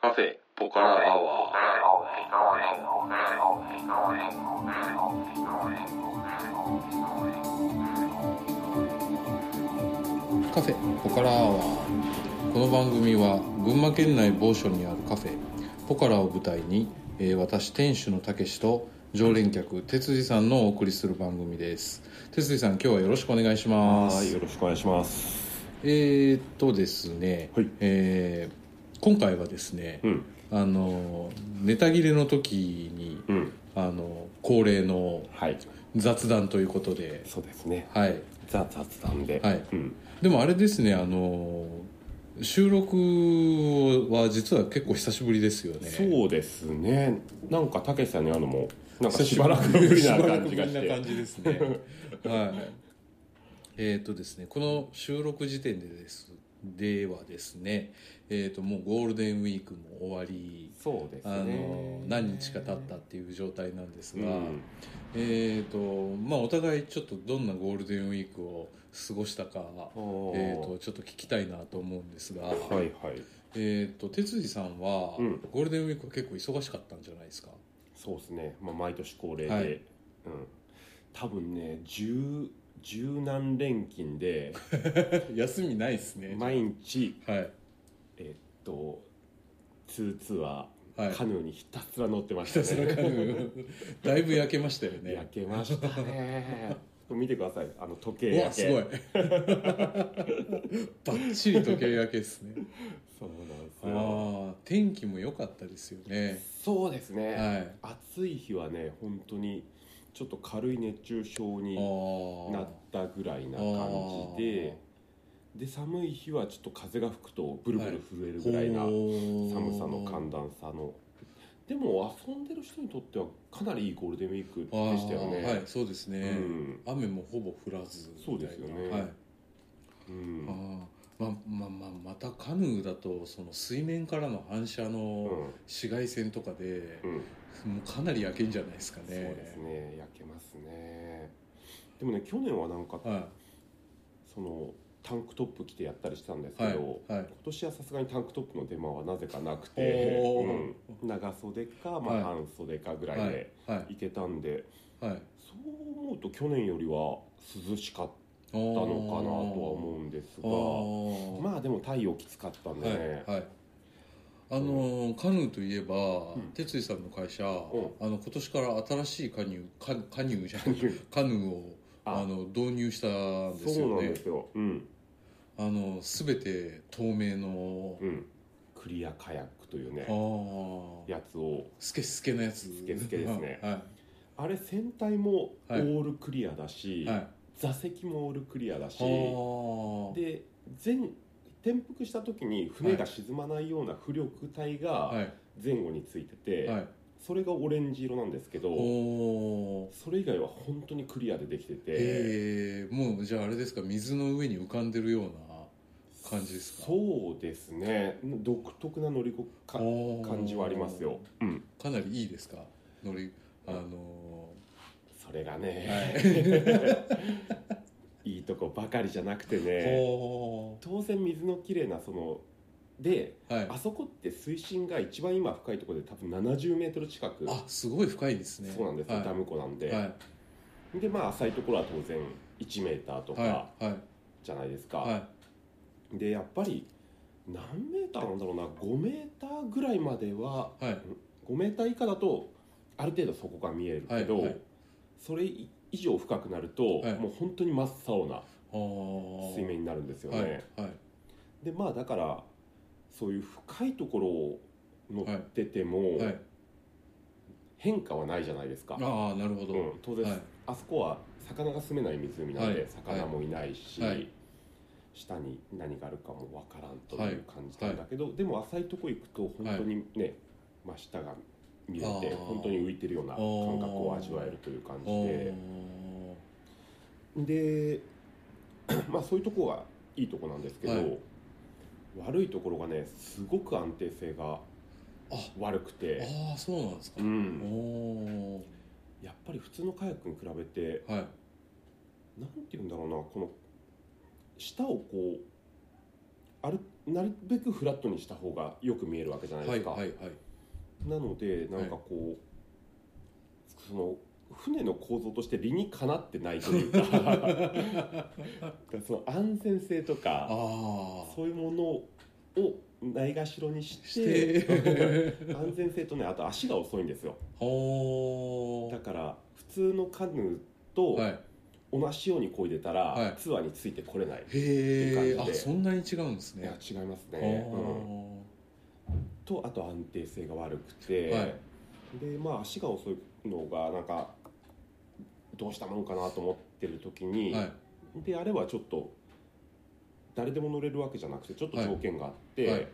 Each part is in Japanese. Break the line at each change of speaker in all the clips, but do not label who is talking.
カフェポカラアワーカフェポカラアワーこの番組は群馬県内某所にあるカフェポカラを舞台に、えー私店主のたけしと常連客哲司さんのお送りする番組です哲司さん今日はよろしくお願いしま
はい、
す
よろしくお願いします。
えーっとですね、
はい
えー今回はですね、
うん、
あのネタ切れの時に
うん、
あの恒例の
はい、
雑談ということで
そうですね。
はい
ザ雑談で、
はい
うん、
でもあれですねあの収録は実は結構久しぶりですよね
そうですね。なんかたけしさんに会うのも、なんか
久
し
し
ば
ぶり
らくぶりな感じがし
しばらくぶりな
て
感。じですね はいえーっとですねこの収録時点でですではですねえーっともうゴールデンウィークも終わり
そうですね。
あの何日か経ったっていう状態なんです
う
が、
ん、
えーとまあ、お互いちょっとどんなゴールデンウィークを過ごしたか、
おー
えー、とちょっと聞きたいなと思うんですが、
はいはい。
えー、と哲司さんは、
うん
ゴールデンウィークは結構忙しかったんじゃないです か
そうですね。まあ毎年恒例で、
はい
うん、多分ね、十十何連勤で
休みないですね、
毎日
はい
えっとツーツーは
はい
カ、ヌーにひたすら乗ってまし
ひ
た
た
ね。
すらカヌーだいぶ焼けましたよ
焼
ね
けました ね見てくださいあの時計
うわ
焼け
すごい バッチリ時計焼けですね
そうなんです
あ
よ
ー天気も良かったですよね
そうです
は
ね、
い
暑い日はね本当にちょっと軽い熱中症
あ
に
ー
なったぐらいな感じでで寒い日はちょっと風が吹くとブルブル震えるぐらいな寒さの寒暖差のでも遊んでる人にとってはかなりいいゴールデンウィーク
あー
でしたよね、
はいそうです
う
ね、
ん、
雨もほぼ降らず
そうですよね
はい、
う
あ
ん
ーままままたカヌーだとその水面からの反射
う
の
ん
紫外線とかで
う、ん
もうかなり焼けんじゃないですかね
そうですね焼けますねでもね去年はなんか
は
そのタンクトップ着てやったりしたんです
い
け
はい
ど、
はい
今年はさすがにタンクトップの出番はなぜかなくて、
おー
うん、長袖か、ま
は
あ、
い
半袖かぐら
はいい
で
はい
いけたんで、
はい
そう思うと去年よりは涼しかった
あ
のかなとは
ー
思うんですが
あー
まあでも太陽きつかったんで
はい
ね、
はいあのーカヌーといえば、
うん
哲司さんの会社、
ん
あの今年から新しいカニューカカニューじゃないカヌーをあ
あ
の導入したんです
そう
よ
なん
ね
ですよ、うん
あの全て透明の、
うん、クリアカヤックというね
ああ
やつを
スケスケのやつ
スケスケですね
は
あれ船体もオ
はい
ールクリアだ
い
し、
はい
座席もオールクリアだし、
はあ
で全転覆した時に船が沈まないような浮力体
は
が
い
前後についてて、
はい
それがオレンジ色なんですけど、
おー
それ以外は本当にクリアでできてて、
ええもうじゃああれですか水の上に浮かんでるような感じですか
そうですね独特な乗り心か
おー
感じはありますよ、うん、
かなりいいですか乗りあの
それがね、、
ー、はい
いとこばかりじゃなくて
い
ね
ほ
当然水のきれいなそので
ーはい
あそこって水深が一番今深いところで多分70メートル近く
あすごい深いですね
そうなんです、
はい
ダム湖なんで、
はい
でまあ浅いところは当然1メーターと
はい
か
はい
じゃないですか、
は
でやっぱり何メーターなんだろうな5メーターぐらいまではい
はい
5メーター以下だとある程度底が見えるけど、
はいはい
それ以上深くなると、
はい
もう本当に真っ青な
あー
水面になるんですよね、
はいはい
でまあだからそういう深いところを乗ってても、
はい、
変化はないじゃないですか、
ああなるほど、
うん、当然、
はい
あそこは魚が住めない湖なんで、
はい
魚もいないし、
はい
下に何があるかもわからんという感じなんだけど、でも浅いとこ行くと本当にね、真下が見え
あー
て本当に浮いてるような感覚を味わえるという感
お
じ
ー
で でまあそういうとこはいいとこなんですけど、
はい
悪いところがねすごく安定性が
あ
悪くて、
ああそうなんですか、
うん
お
やっぱり普通のカヤックに比べて
ーはい
なんて言うんだろうなこの舌をこうあるなるべくフラットにした方がよく見えるわけじゃない
は
で
い
すか、
はいはい
なのでなんかこう、その船の構造として理にかなってないと いうかだからその安全性と
あ
か
あ
そういうものをないがしろにし
して て
安全性とねあと足が遅いんですよ
ほ
だ
ー
から普通のカヌーと
はい
同じように漕いでたら、
はい
ツアーについてこれない、
へ
っていう
え
感じ
あ
で
そんなに違うんです
いや
ね
違います
あ
ね、うん
ー
とあと安定性が悪くて、
は
でまあ足が遅いのがなんかどうしたもんかなと思ってる時に、
はい
であればちょっと誰でも乗れるわけじゃなくてちょっと条件があって、
はいはい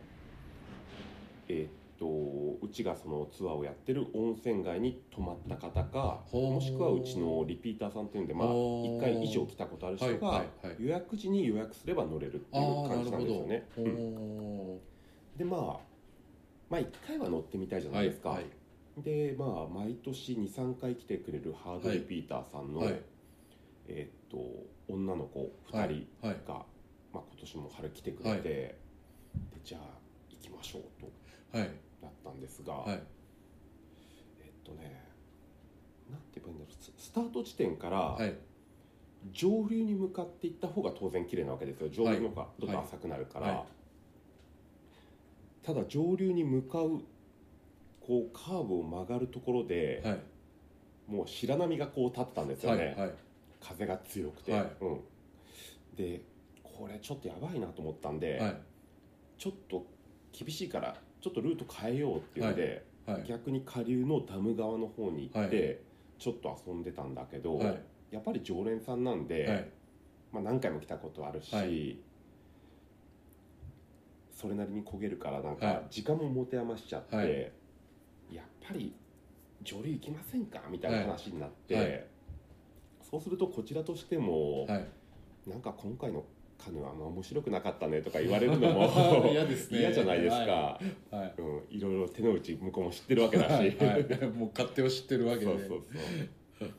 えーっとうちがそのツアーをやってる温泉街に泊まった方か
ほう
もしくはうちのリピーターさんっていうんで、まあ、
ほう
1回以上来たことある
はい
人が
はいはい
予約時に予約すれば乗れるって
あ
いう
あ
感じ
な
なん
る
ですよ
ほ
ね。
ど
うん
ほ
でまあまあ1回は乗ってみたいじゃ
ー
な
はいい
ですか、
はい
でまあ毎年23回来てくれるハードリピーターさんの、
はい
えーっと女の子
は
2人
いはい
が、まあ、今年も春来てくれて、
はい
でじゃあ行きましょうと
はい
なったんですが、
はい
えっとねなんて言えばいいんだろうススタート地点から
はい
上流に向かっていった方が当然綺麗なわけですよ上流の方がどんどん浅くなるから、
はい
ただ上流に向かうこうカーブを曲がるところで、
はい
もう白波がこう立ってたんですよ
は
ね、
いはい
風が強くて、
はい
うん、でこれちょっとやばいなと思ったんで、
はい
ちょっと厳しいからちょっとルート変えようっていうので、
はい
逆に下流のダム側の方に行って、
は
ちょっと遊んでたんだけど、
はい
やっぱり常連さんなんで、
はい
まあ、何回も来たことあるし、
は
それなりに焦げるからな
は
ん
い
か時間も持て余しちゃって、
はい
やっぱり上流行きませんかみたいな話になって、
はいはい
そうするとこちらとしても、
はい
なんか今回のカヌーあんま面白くなかったねとか言われるの も
嫌ですね
嫌じゃないですか、
はいはい
うん、いろいろ手の内向こうも知ってるわけだし、
いはいもう勝手を知ってるわけで
そうそうそう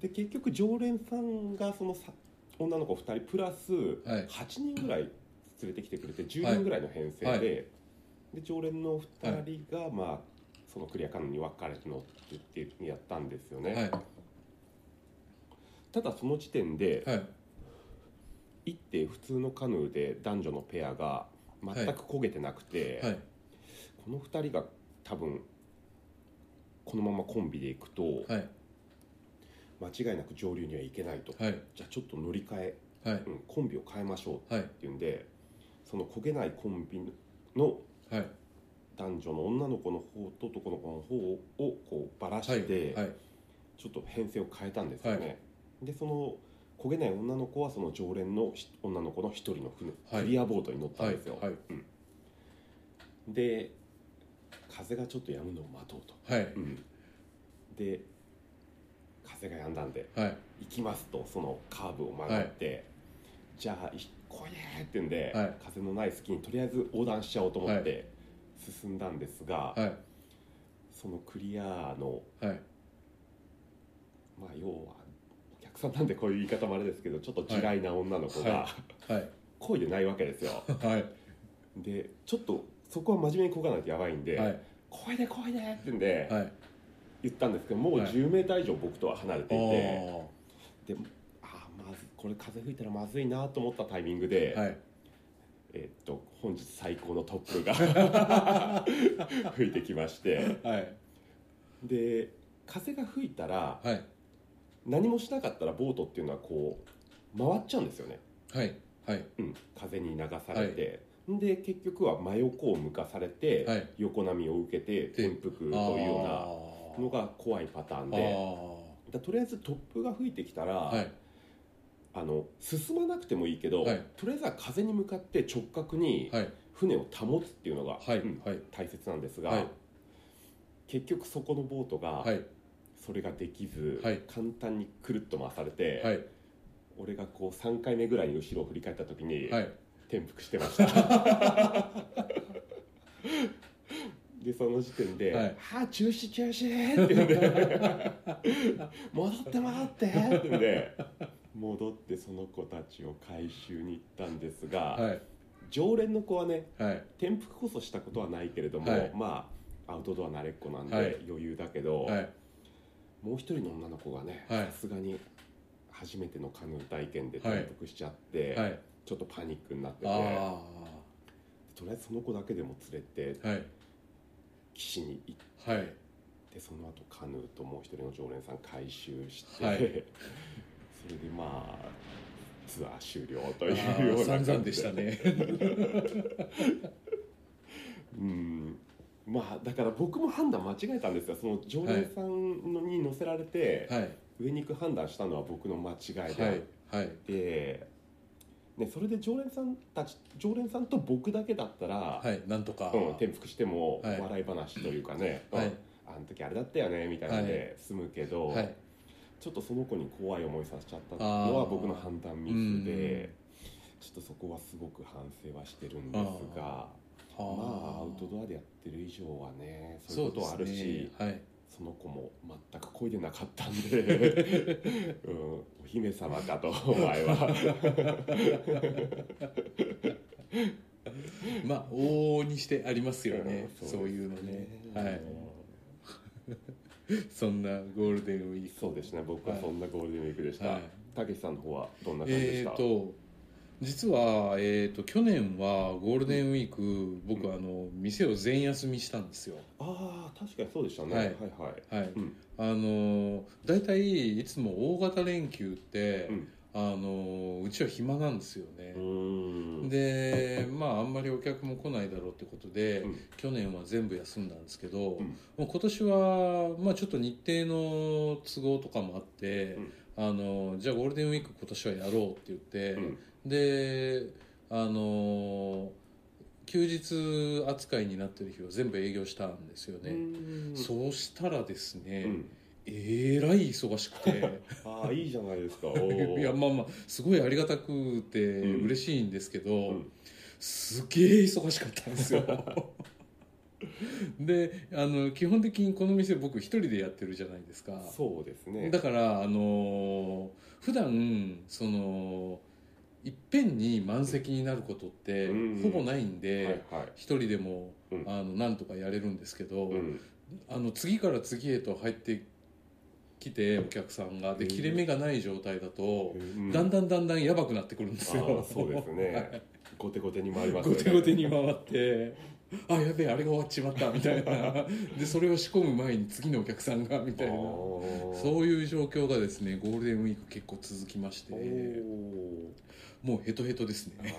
で結局常連さんがそのさ女の子2人プラス
はい
8人ぐらい連れてきてくれて10
はい
人ぐらいの編成で,、
はい
で常連の2人が、まあ、そのクリアカヌーに分かれて乗ってっていうふうにやったんですよね、
はい
ただその時点で、
はい
行って普通のカヌーで男女のペアが全く焦げてなくて、
はい
この2人が多分このままコンビで行くと、
はい
間違いなく上流には行けないと、
はい
じゃあちょっと乗り換え、
はい
うん、コンビを変えましょう
はい
っていうんでその焦げないコンビの
はい
男女の女の子の方と男の子の方をこうばらして、
はいはい
ちょっと編成を変えたんですよね、でその焦げない女の子はその常連のひ女の子の一人の船、
はい
クリアボートに乗ったんですよ、
はい
で風がちょっと止むのを待とうと、
はい
うんで風が止んだんで
はい
行きますとそのカーブを曲がって、じゃあいこいでーってんで、
はい
風のない隙にとりあえず横断しちゃおうと思って進んだんですが、
はい
そのクリアの
はい
まあ要はお客さんなんでこういう言い方もあれですけどちょっと地雷な女の子が、
ははい
漕いでないわけですよ
はい
でちょっとそこは真面目に漕がないとやばいんで「
はい
漕いで漕いで」ってんで
はい
言ったんですけどもう
はい
10メーター以上僕とは離れ
あ
ていて、
ー
ああまずこれ風吹いたらまずいなと思ったタイミングで、
はい
えっと本日最高の突風 が吹いてきまして
はい
で風が吹いたら
はい
何もしなかったらボートっていうのはこう回っちゃうんですよね、
はいはい
うん、風に流されて、で結局は真横を向かされて、
はい
横波を受けて
で
転覆というようなのが怖いパターン
あー
でだとりあえず突風が吹いてきたら、
あーはい
あの進まなくてもいいけど、
はい
とりあえずは風に向かって直角に
はい
船を保つっていうのが、
はい
うん
はい
大切なんですが、
はい
結局そこのボートが
はい
それができず、
はい
簡単にくるっと回されて、
はい
俺がこう3回目ぐらいに後ろを振り返った時に、
はい
転覆してましたでその時点で「
は
はいあ中止中止!」って言うんで「戻って戻って!」って言うんで戻ってその子たちを回収に行ったんですが、
はい
常連の子はね
はい
転覆こそしたことはないけれども、
はい
まあアウトドア慣れっこなんで
はい
余裕だけど、
はい
もう一人の女の子がね
はい
さすがに初めてのカヌー体験で
はい
転覆しちゃって、
はい
ちょっとパニックになってて
あ
とりあえずその子だけでも連れて
あはい
岸に行っ
はい
てその後カヌーともう一人の常連さん回収して、
はい
それでまあツアー終了と
あ
いうよ
ー
うな
散
感じ
々でしたね
うんまあだから僕も判断間違えたんですよその常連さんのに乗せられて、
はい
上に行く判断したのは僕の間違いであ
は
っ
いはい
て、ね、それで常連さんたち常連さんと僕だけだったら、
はいなんとか
うん、転覆しても
はい
笑い話というかね、
はい
うんあの時あれだったよねみたいなので済むけど、
はい
ちょっとその子に怖い思いさせちゃったのは
あー
僕の判断ミスでちょっとそこはすごく反省はしてるんですが
あー
まあアウトドアでやってる以上はねそういうことはあるしそ,、
そうですね
の子も全く恋でなかったんで、 うん、お姫様かとお前は
はいまあ往々にしてありますよね
うん
そういうのね
うん
はいそんなゴールデンウィーク
そうですね僕はそんなゴールデンウィークでした、
はい
たけしさんの方はどんな感じでし
え
た、
ー、と実は、えー、と去年はゴールデンウィーク、僕あの店を全休みしたんですよ、
ああ確かにそうでしたね、
は
はいい、はい
はい
うん
あの大体いつも大型連休って、
うん
あのうちは暇なんですよね
う、ーん
でまああんまりお客も来ないだろうってことで、
うん
去年は全部休んだんですけど、
うん
もう今年は、まあ、ちょっと日程の都合とかもあって、
うん
あのじゃあゴールデンウィーク今年はやろうって言って、
うん
であの休日扱いになってる日は全部営業したんですよ
う
ね、
ーん
そうしたらですね、
うん
えらい忙しくて
ああいいじゃないですか お
いや
ー
まあまあすごいありがたくて
うん
嬉しいんですけど、
うん
すげえ忙しかったんですよであの基本的にこの店僕一人でやってるじゃないですか
そうですね
だからあのー普段そのいっぺんに満席になることって
うん
ほぼないんで、
はいはい
一人でも、
うん
あのなんとかやれるんですけど、
うん
あの次から次へと入ってきてお客さんがで
うん
切れ目がない状態だと、
うん
だんだんだんだんやばくなってくるんです
あ
よ
ー。そ うですね後手後手に回ります
ご
よ
てごてに回ってあやべえあれが終わっちまったみたいなでそれを仕込む前に次のお客さんがみたいな
あー
そういう状況がですねゴールデンウィーク結構続きまして
おー
もうヘトヘトですね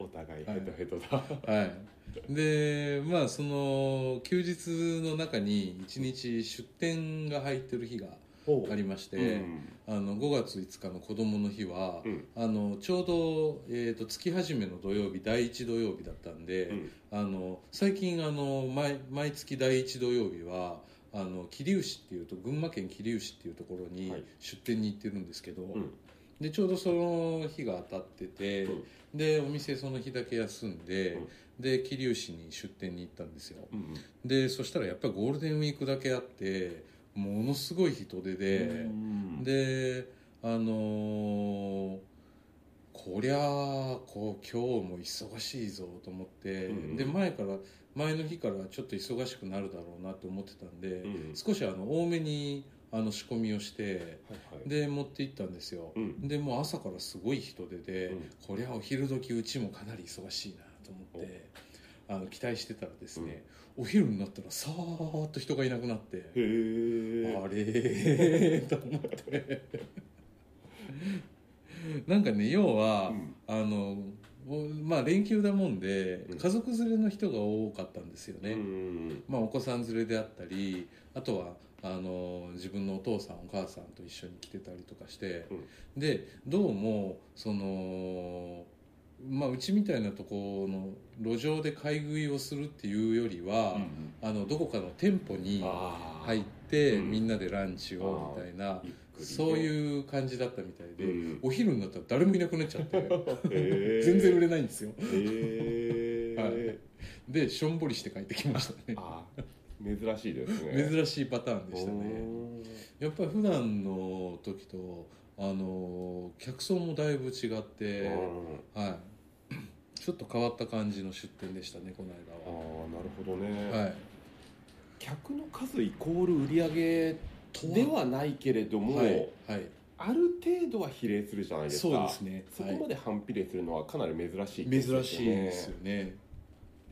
お互いヘトヘトだ
はいでまあその休日の中に1日出店が入ってる日が
お
あ
ー
りまして、
うん
あの5月5日の子供の日は、
うん
あのちょうど、えー、と月始めの土曜日第1土曜日だったんで、
うん
あの最近あの毎毎月第1土曜日はあの桐生市っていうと群馬県桐生市っていうところに
はい
出店に行ってるんですけど、
うん
でちょうどその日が当たってて、
うん
でお店その日だけ休んで、
うん
で桐生市に出店に行ったんですよ
うん
でそしたらやっぱりゴールデンウィークだけあってものすごい人出で。
うん
であのーこりゃあこう今日も忙しいぞと思って、
うんうん
で前から前の日からちょっと忙しくなるだろうなと思ってたんで、
うん
少しあの多めにあの仕込みをして
はいはい
で持って行ったんですよ、
うん
でもう朝からすごい人出で、
うん
こりゃお昼時うちもかなり忙しいなと思ってあの期待してたらですね、お昼になったらさーっと人がいなくなって。
へえ
あれ と思ってなんかね要は、あのおまあ連休だもんで
うん
家族連れの人が多かったんですよね、
うん
まあ、お子さん連れであったりあとはあの自分のお父さんお母さんと一緒に来てたりとかして、でどうもその、まあ、うちみたいなところの路上で買い食いをするっていうよりは、
うん
あのどこかの店舗に
あー
入って、
うん
みんなでランチをみたいな
ゆっくりね
そういう感じだったみたいで、
うん
お昼になったら誰もいなくなっちゃって
へー
全然売れないんですよ
へー
はいでしょんぼりして帰ってきましたね
あ珍しいですね
珍しいパターンでした
お
ね
ー
やっぱり普段の時とあの客層もだいぶ違って、
うん
はいちょっと変わった感じの出店でしたねこの
ああなるほどね、
間ははい
客の数イコール売り上げではないけれども、
はい、はい、
ある程度は比例するじゃないですか
そうですね
そこまで反比例するのはかなり珍しいって
はい、
こ
珍
とです
しい
よね
ですよね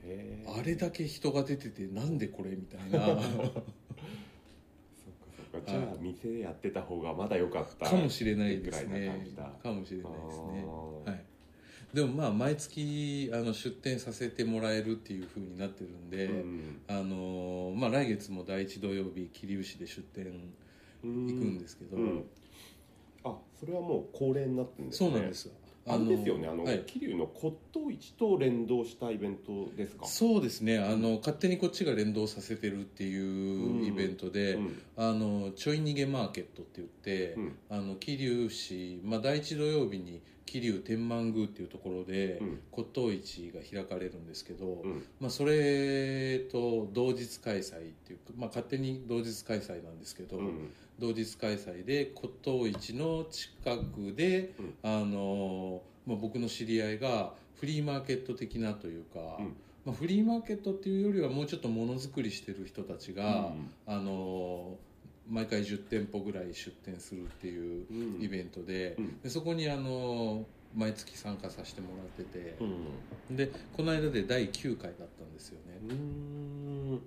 へー
あれだけ人が出ててなんでこれみたいな
そっかそっかじゃあ店やってた方がまだ良かった
かもしれないです
ぐらいな感
ね
じだ
かもしれないですね
あー
はい、でもまあ毎月あの出店させてもらえるっていう風になってるんで、
うん
あのーまあ、来月も第一土曜日桐生市で出店
うん
行くんですけど、
うんあそれはもう恒例になってるんです
そ
ね
うなんです
あれですよねあの
はい、
桐生の骨董市と連動したイベントですか
そうですねあの勝手にこっちが連動させてるっていうイベントで、
うん
あのちょい逃げマーケットって言って、
うん
あの桐生市、まあ、第一土曜日に桐生天満宮っていうところで、
うん
骨董市が開かれるんですけど、
うん
まあ、それと同日開催っていうか、まあ、勝手に同日開催なんですけど、
うん
同日開催で骨董市の近くで、
うん
あのまあ、僕の知り合いがフリーマーケット的なというか、
うん
まあ、フリーマーケットっていうよりはもうちょっとものづくりしてる人たちが、あの毎回10店舗ぐらい出店するっていう
うん
イベントで,、
うん
でそこにあの毎月参加させてもらってて
う、ん
でこの間で第9回だったんですよね。
うん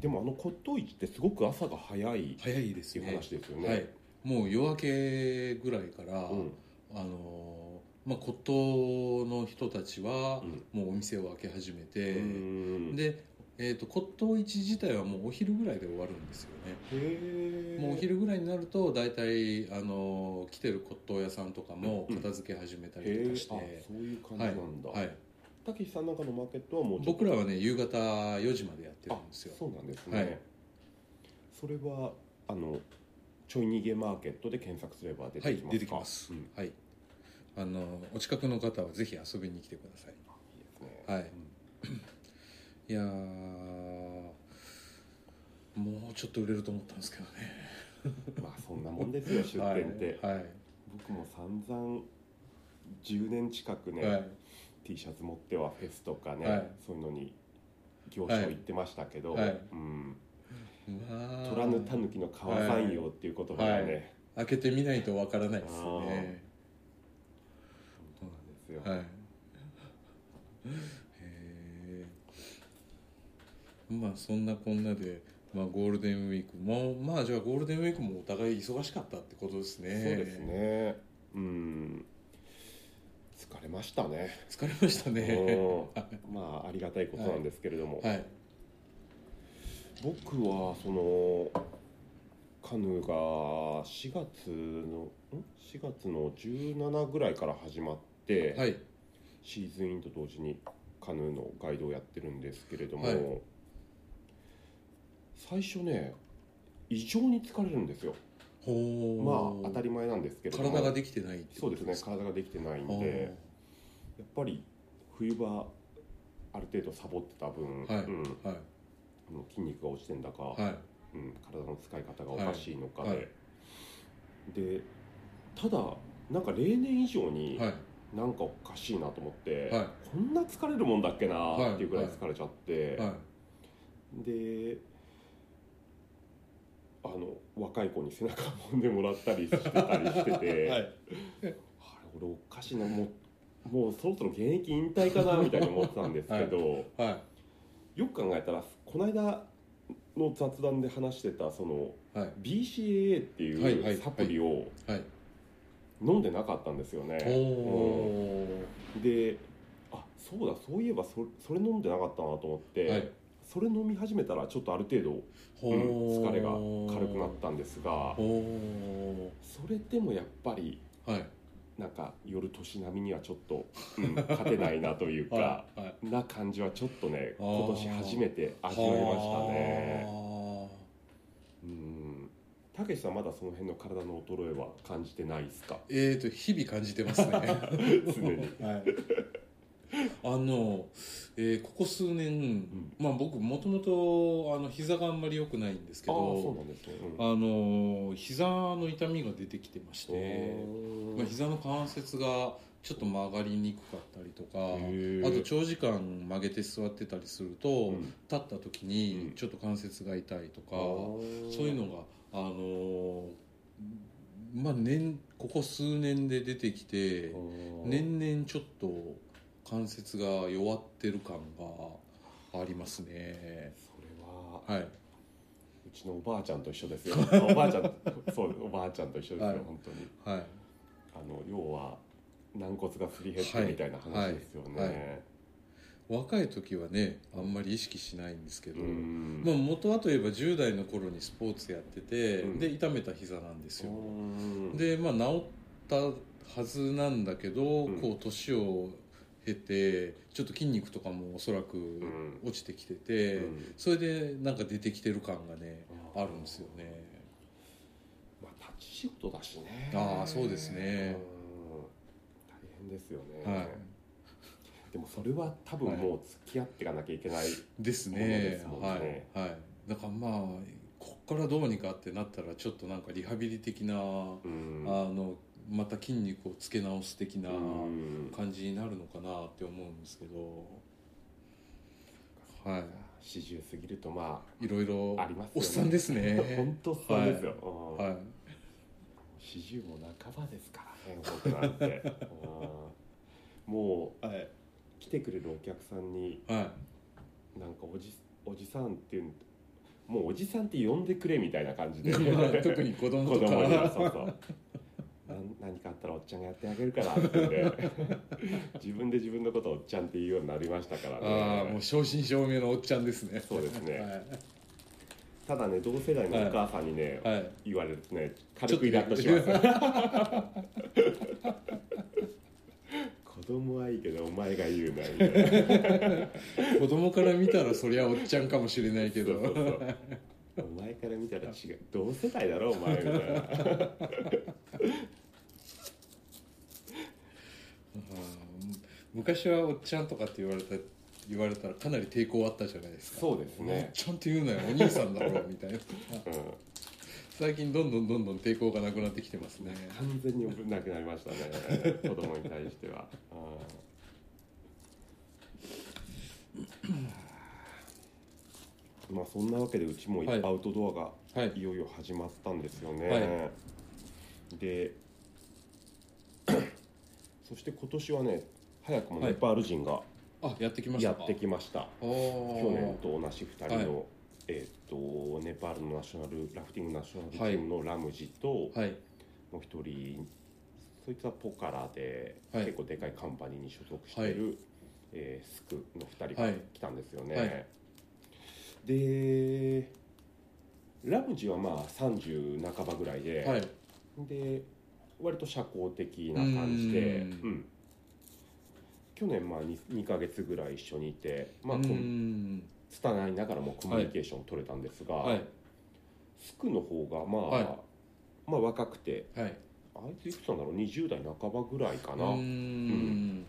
でもあの骨董市ってすごく朝が早いっ
早いです
ていう
ね
話ですよね
はい、もう夜明けぐらいから、
うん
あのーまあ、骨董の人たちは
うん
もうお店を開け始めて、
うんへ
で、えー、と骨董市自体はもうお昼ぐらいで終わるんですよね
え
もうお昼ぐらいになると大体、あのー来てる骨董屋さんとかも
うん
片付け始めたり
へ
と
え
か
あ
して、
そういう感じなんだ
はい、
たけしさんなんかのマーケットはもうちょっ
僕
と
らはね夕方4時までやってる
あ
んですよ
そうなんですね、
はい
それはあのちょい逃げマーケットで検索すれば出
は
て
い
きますか、
出てきます、
うん、いい
はいあのーお近くの方はぜひ遊びに来てください
ですね
はい
うん
いやーもうちょっと売れると思ったんですけどね
まあそんなもんで すよ出店って、
はいはい
僕も散々10年近くね、
はい
T シャツ持ってはフェスとかね、
はい
そういうのに行商行ってましたけど、
はい
うん、
うわー
虎ぬたぬきの川山用っていう言葉がね、
はい開けてみないとわからないですよね
そうなんですよ、
はいへえまあそんなこんなで、まあ、ゴールデンウィークもまあじゃあゴールデンウィークもお互い忙しかったってことですね
そうですねうん疲れましたね
疲れましたね
うんまあありがたいことなんですけれども、
はい
僕はそのカヌーが4月のん4月の17ぐらいから始まって、
はい
シーズンインと同時にカヌーのガイドをやってるんですけれども、
はい
最初ね異常に疲れるんですよま
ほ
あ当たり前なんですけれども
体ができてないって
そう
こと
ですね体ができてないんで、やっぱり冬場ある程度サボってた
はい
分、うん、
あーはい
あの筋肉が落ちてんだか、
はい
うん、体の使い方がおかしいのかで、
はいはい
でただなんか例年以上に
はい
なんかおかしいなと思って、
はい
こんな疲れるもんだっけな
はい
っていうぐらい疲れちゃって、
はい
であの若い子に背中揉んでもらったりしてたりして て、
は
あれ
い
俺おかしいなもうもうそろそろ現役引退かなみたいに思ってたんですけど、
はい
よく考えたらこの間の雑談で話してたその
はい
BCAA って
はいはいはいいう
サプリを
はい
飲んでなかったんですよね、
おお
うんであそうだそういえばそそれ飲んでなかったなと思って、
はい
それ飲み始めたらちょっとある程度、
ほ
うん
ー
疲れが軽くなったんですが
ほー
それでもやっぱり
はい
なんか夜年並みにはちょっと、うん、勝てないなというか
はいはい
な感じはちょっとね
あー
今年初めて味わいましたね。うんたけしさんまだその辺の体の衰えは感じてないですか
えーと日々感じてますねはい
常に
あの、えーここ数年、
ん
まあ僕もともとあの膝があんまり良くないんですけ
ああそう
ど
なんですね、
あの膝の痛みが出てきてましててまあ、膝の関節がちょっと曲がりにくかったりとか
へー
あと長時間曲げて座ってたりすると、
うん
立った時にちょっと関節が痛いとか、そういうのがあのーまあ年ここ数年で出てきて年々ちょっと関節が弱ってる感がありますね
それは
はいう
ちのおばあちゃんと一緒ですよおばあちゃんそうおばあちゃんと一緒ですよ、
はい
本当に
はい
あの要は軟骨がすり減ってみたいな話ですよね、
はいはい若い時はねあんまり意識しないんですけど、
うん
まあ、元はといえば10代の頃にスポーツやってて、
うん
で痛めた膝なんですよ、
うん
でまあ治ったはずなんだけど、
うん
こう年を経てちょっと筋肉とかもおそらく
ん
落ちてきてて、
うん
それでなんか出てきてる感がねあるんですよね
まあ立ち仕事だしね
ああそうですね
うん大変ですよね、
は
でもそれは多分もう付き合っていかなきゃいけない、
ですね
そうですもんね
はい、はい、だからまあこっからどうにかってなったらちょっとなんかリハビリ的な、
うん
あのまた筋肉をつけ直す的な
うん
感じになるのかなって思うんですけど、は
四十過ぎるとま
い、いろいろ
ありますよね
おっさんです
あ
ね
本当そうですよ、うん
はい
四十も半ばですからね僕なんてうんも
はい、
う来てくれるお客さんに
は
なんかおじおじさんっていうもうおじさんって呼んでくれみたいな感じで
い、ま あ特に子供
子
とか
供にはそうそう なん何かあったらおっちゃんがやってあげるからって言うん で自分で自分のことをおっちゃんって言うようになりましたから
ああもう
ね
正真正銘のおっちゃんですね
そうですね
はい
ただね同世代のお母さんにね、
はい
言われるとね軽くイラッとします 子供はいいけどお前が言うなみたいな
子供から見たらそりゃおっちゃんかもしれないけど
そ うそうそうお前から見たら違う同世代だろお前みたいな
うん昔はおっちゃんとかって言われた言われたらかなり抵抗あったじゃないですか
そうです
おっ、ちゃんって言うなよお兄さんだろみたいな
うん、
最近どんどんどんどん抵抗がなくなってきてますね
完全に危なくなりましたね子供に対しては、うん、まあそんなわけでうちも
は
ア
い
ウトドアが
はい
いよいよ始まったんですよね、
は
でそして今年はね早くもネパール人が
あやってきまし
や
たか
ってきました、
お
去年
ー
と同じ2人の、えー、とネパールのナショナルラフティングナショナルチームのラムジと、
はい
もう一人そいつはポカラで、
はい
結構でかいカンパニーに所属してる、えースクの2人
は
が
い
来たんですよね、
はい
でラムジはまあ30半ばぐらいで、
はい
で割と社交的な感じで
うーん
うん去年まあ 2, 2ヶ月ぐらい一緒にいてまあ
うー
コミ
ん
拙いながらもコミュニケーション取れたんですが、
はい
スクの方がまあ、
はい
まあ若くて
はい
あいついくつなんだろう20代半ばぐらいか
う
な、
ーん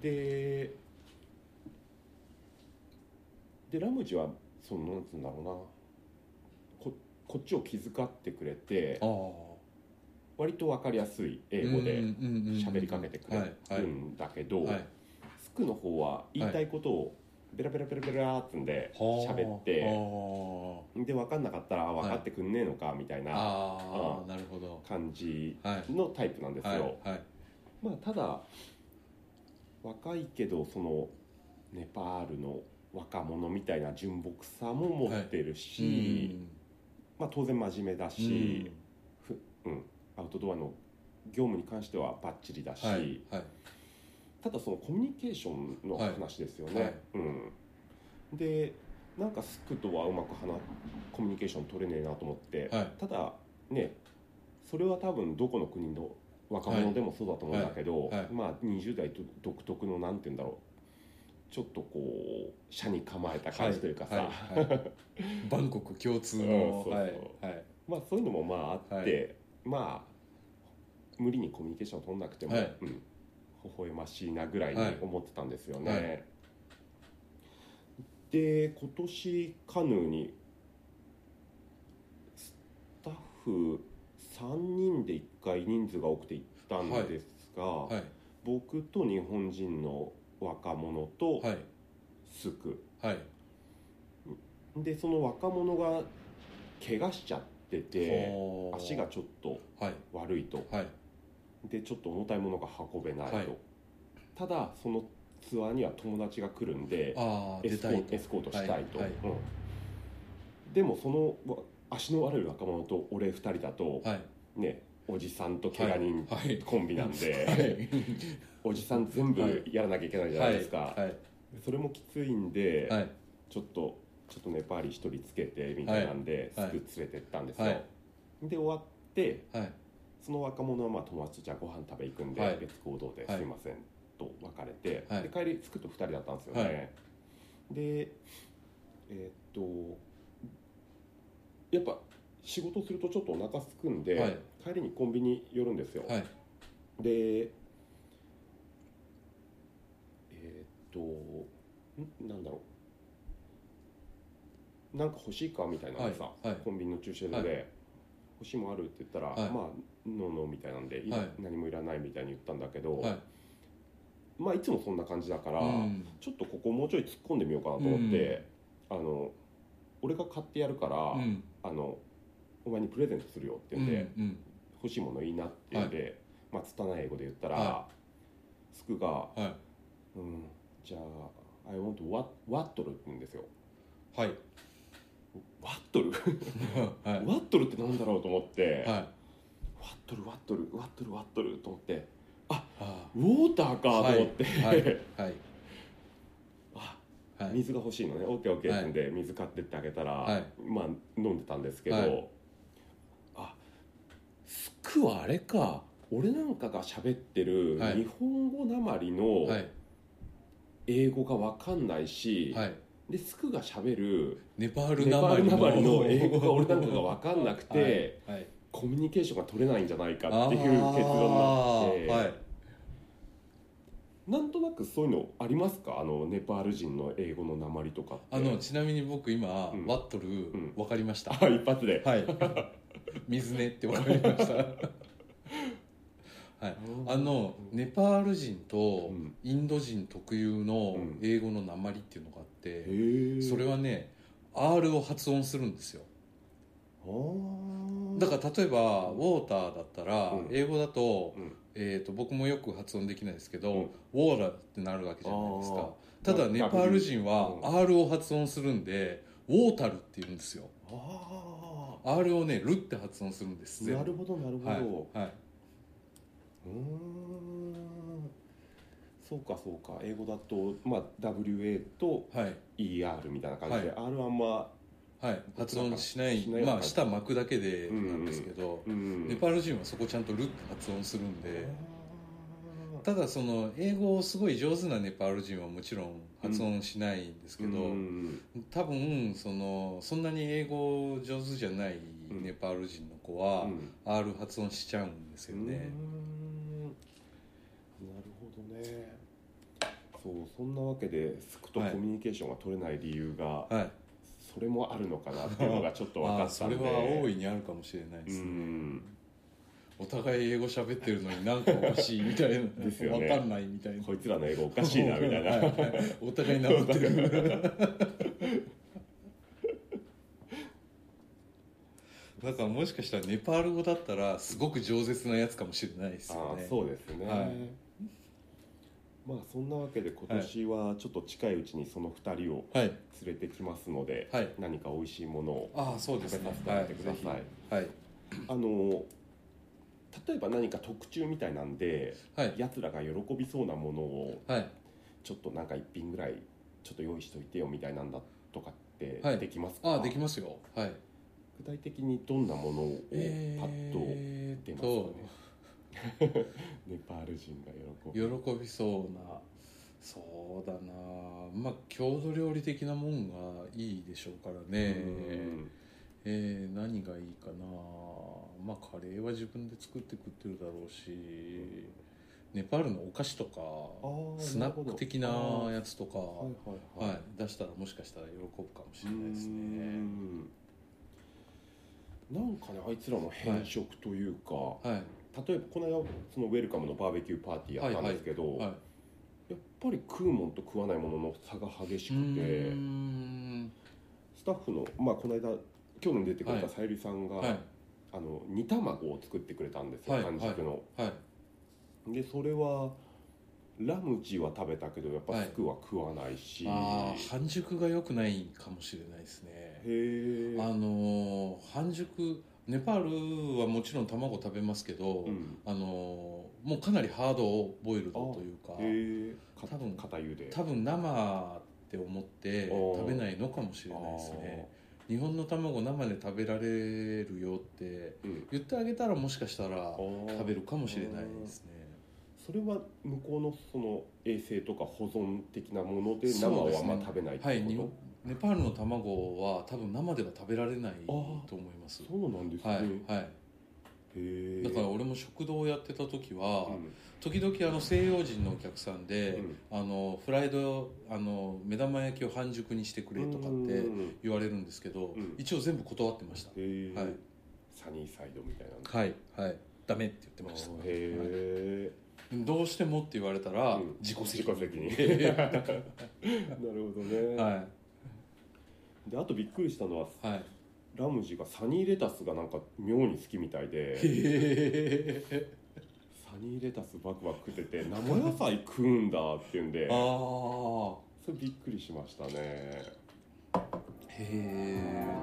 ででラムジはそのなんつうんだろうなここっちを気遣ってくれて
ああ
割と分かりやすい英語で喋りかけてくれ
はい
るんだけど、
はいはい
スクの方は言いたいことをベラベラベラベラーっつんで喋
あ
って
ー
で分かんなかったらあ分かってくんねえのかみたいな
あーなるほど
感じ
はい
のタイプなんですよ。
はいはい
まあただ若いけどそのネパールの若者みたいな純朴さも持ってるし、まあ、当然真面目だ
うん
し、アウトドアの業務に関してはバッチリだし、
はいはい
ただそのコミュニケーションの話ですよね。
はい
うん、でなんかスクとはうまく話コミュニケーション取れねえなと思って、
はい
ただねそれは多分どこの国の若者でもそうだと思うんだけど、
はいはい
まあ20代と独特のなんて言うんだろうちょっとこう社に構えた感じというかさ、
はいはいはいバンコク共通の
うんそうそう
はいはい
まあそういうのもまああって、まあ無理にコミュニケーションを取んなくても、
はい
うん、微笑ましいなぐらいに思ってたんですよね。
は
で今年カヌーにスタッフ3人で1回人数が多くて行ったんですが、
はい
僕と日本人の若者と
はい
スク、
はい
でその若者が怪我しちゃってて
ほー
足がちょっと
はい
悪いと
はい
でちょっと重たいものが運べないと、
はい
ただそのツアーには友達が来るんで
ああ
エ
出
スコ
たい
ー
と
エスコートしたいと、
はいはい
うんでもそのわ足の悪い若者と俺2人だと、
はい
ねおじさんと怪我人
はい
コンビなんで、
はい
おじさん全
は
部
い
やらなきゃいけないじゃないですか、
はい
それもきついんで、
はい
ちょっとちょっとネパーリ一人つけてみたいなんで、
はい
すぐ連れてったんですよ、
はい
で終わって
はい
その若者はまあ友達とじゃあご飯食べ行くんで、
はい
別行動で
はい
すいません、と別れて、
はい
で帰りつくと2人だったんですよね、
は
でえーっとやっぱ仕事するとちょっとお腹すくんで、
はい
帰りにコンビニ寄るんですよ、
はい
でえーっとんなんだろうなんか欲しいかみたいなのさ、
はいはい
コンビニの駐車場で、欲しいもんあるって言ったら、
はい
まあノーノーみたいなんで、い
はい
何もいらないみたいに言ったんだけど、
はい
まあいつもそんな感じだから、
うん
ちょっとここもうちょい突っ込んでみようかなと思って、あの俺が買ってやるから、
うん
あのお前にプレゼントするよって
う
言って、
ん
欲しいものいいなって言って、まあ拙い英語で言ったら、
は
スクが
うんはい
「うんじゃあ I want what what って言うんですよ
はい
what トル
はい
what トルってなんだろうと思って、
はい
what トル what トル what トル what トルと思って
あ
ウォーターかと思って、
ーはいはい
あ
はい
水が欲しいのね OKOK って言うんで、水買ってってあげたら、
はい
まあ飲んでたんですけど、
はい
あスクはあれか俺なんかが喋ってる
はい
日本語なまりの、
はい
英語がわかんないし、
はい
でスクがしゃべる
ネパール
ネ
な
パ
ま
ー
り
ル
の
なまりの 英語が俺なんかがわかんなくて、
はいはい
コミュニケーションが取れないんじゃないか
あ
っていう結論になって、
ーはい
なんとなくそういうのありますかあのネパール人の英語の訛りとかって
あのちなみに僕今、
うん
ワットル、
ん
分かりま した、
あ一発で、
はい水ねって分かりました はいあのネパール人と
うん
インド人特有の
うん
英語の訛りっていうのがあっ
へ
て、
ー
それはね R を発音するんですよ
あー
だから例えばウォーターだったら、
うん
英語だと,、
うん
えー、と僕もよく発音できないですけど、
うん
ウォーラーってなるわけじゃないです
あ
かただ
な
ネパール人は
うん
R を発音するんでウォータルって言うんですよ
あ
R をね「る」って発音するんです
ーなるほどなるほど、
はい、はいう
ーんそうかそうか英語だと、まあ、WA と
はい、
ER みたいな感じで、
は
R はあんま、
はい、発音しない
しない
まあ舌巻くだけでなんですけど、
うん
ネパール人はそこちゃんと「る」って発音するんで
あー
ただその英語をすごい上手なネパール人はもちろん発音しないんですけど、
うん
多分そのそんなに英語上手じゃないネパール人の子は、
うん、
R 発音しちゃうんですよね
う、んなるほどねそうそんなわけでスクとコ
はい
ミュニケーションが取れない理由が、
はい
それもあるのかなっていうのがちょっと分
あ
か
ー
った
そ
んで
れは大いにあるかもしれないで
う
すね、
ん
お互い英語喋ってるのになんかおかしいみたいな
ですよね
わかんないみたいな
こいつらの英語おかしいなみたい
は
な
はいお互いなまってる だからもしかしたらネパール語だったらすごく饒舌なやつかもしれないです
あ
よ
あ
ね
そうですね、
はい
まあそんなわけで今年はちょっと近いうちにその2人を
はい
連れてきますので、
はい
何か美味しいものを
ああそうですね
食べ
は
さ
い
せ
ぜ
てあげてく
ひ
ださい
はい
あの例えば何か特注みたいなんで
はい
やつらが喜びそうなものを
はい
ちょっとなんか一品ぐらいちょっと用意しといてよみたいなんだとかって
はい
できますか、
ああできますよはい
具体的にどんなものをパッと
え
出
ーっ
ますかね
と、
ネパール人が喜
喜
ぶ
びそうなそうだなまあ郷土料理的なもんがいいでしょうからね
うん
えー何がいいかなまあカレーは自分で作って食ってるだろうしネパールのお菓子と
あ
か
ー
スナック的な
るほど
やつとか、
あーはいはい
は
はい
い、出したらもしかしたら喜ぶかもし
う
れないですね
んなんかねあいつらの変色というか、
はい
例えばこの間そのウェルカムのバーベキューパーティーやったんですけど、
はい
やっぱり食うもんと食わないものの差が激し
う
くて
ーん
スタッフの、まあ、この間今日に出てくれた
は
さゆりさんが、
はい
あの煮卵を作ってくれたんですよ、
はい
完熟の。
はい
でそれはラムチは食べたけどやっぱ
はい
スクは食わないし、
あー半熟が良くないかもしれないですね
へえ
あのー半熟ネパールはもちろん卵食べますけど、
うん
あのーもうかなりハードボイルドというか
へえか
多分
片湯で
多分生って思って
おー
食べないのかもしれないですね日本の卵生で食べられるよって
あーうん
言ってあげたらもしかしたら
あー
食べるかもしれないですね
それは向こうのその衛生とか保存的なもので生
そう
は
です
あ
ね
んま食べないって
はい
こ
に
と
ネパールの卵は多分生では食べられないと
あー
思います
そうなんですね、
はいはい
へえ
だから俺も食堂をやってた時は
うん
時々あの西洋人のお客さん
う
で
ん
あのフライドあの目玉焼きを半熟にしてくれとかっ
う
て
ん
言われるんですけど
うん
一応全部断ってました
へえ、
はい
サニーサイドみたいなの
はいはいダメって言ってました
へえ、
どうしてもって言われたら
うん
自己責
自己責任 なるほどね、
は
であとびっくりしたのはい
はい
ラムジーがサニーレタスがなんか妙に好きみたい
へ
で
え
サニーレタスバクバク食ってて生野菜食うんだって言うんで
ああ
それびっくりしましたね
へえ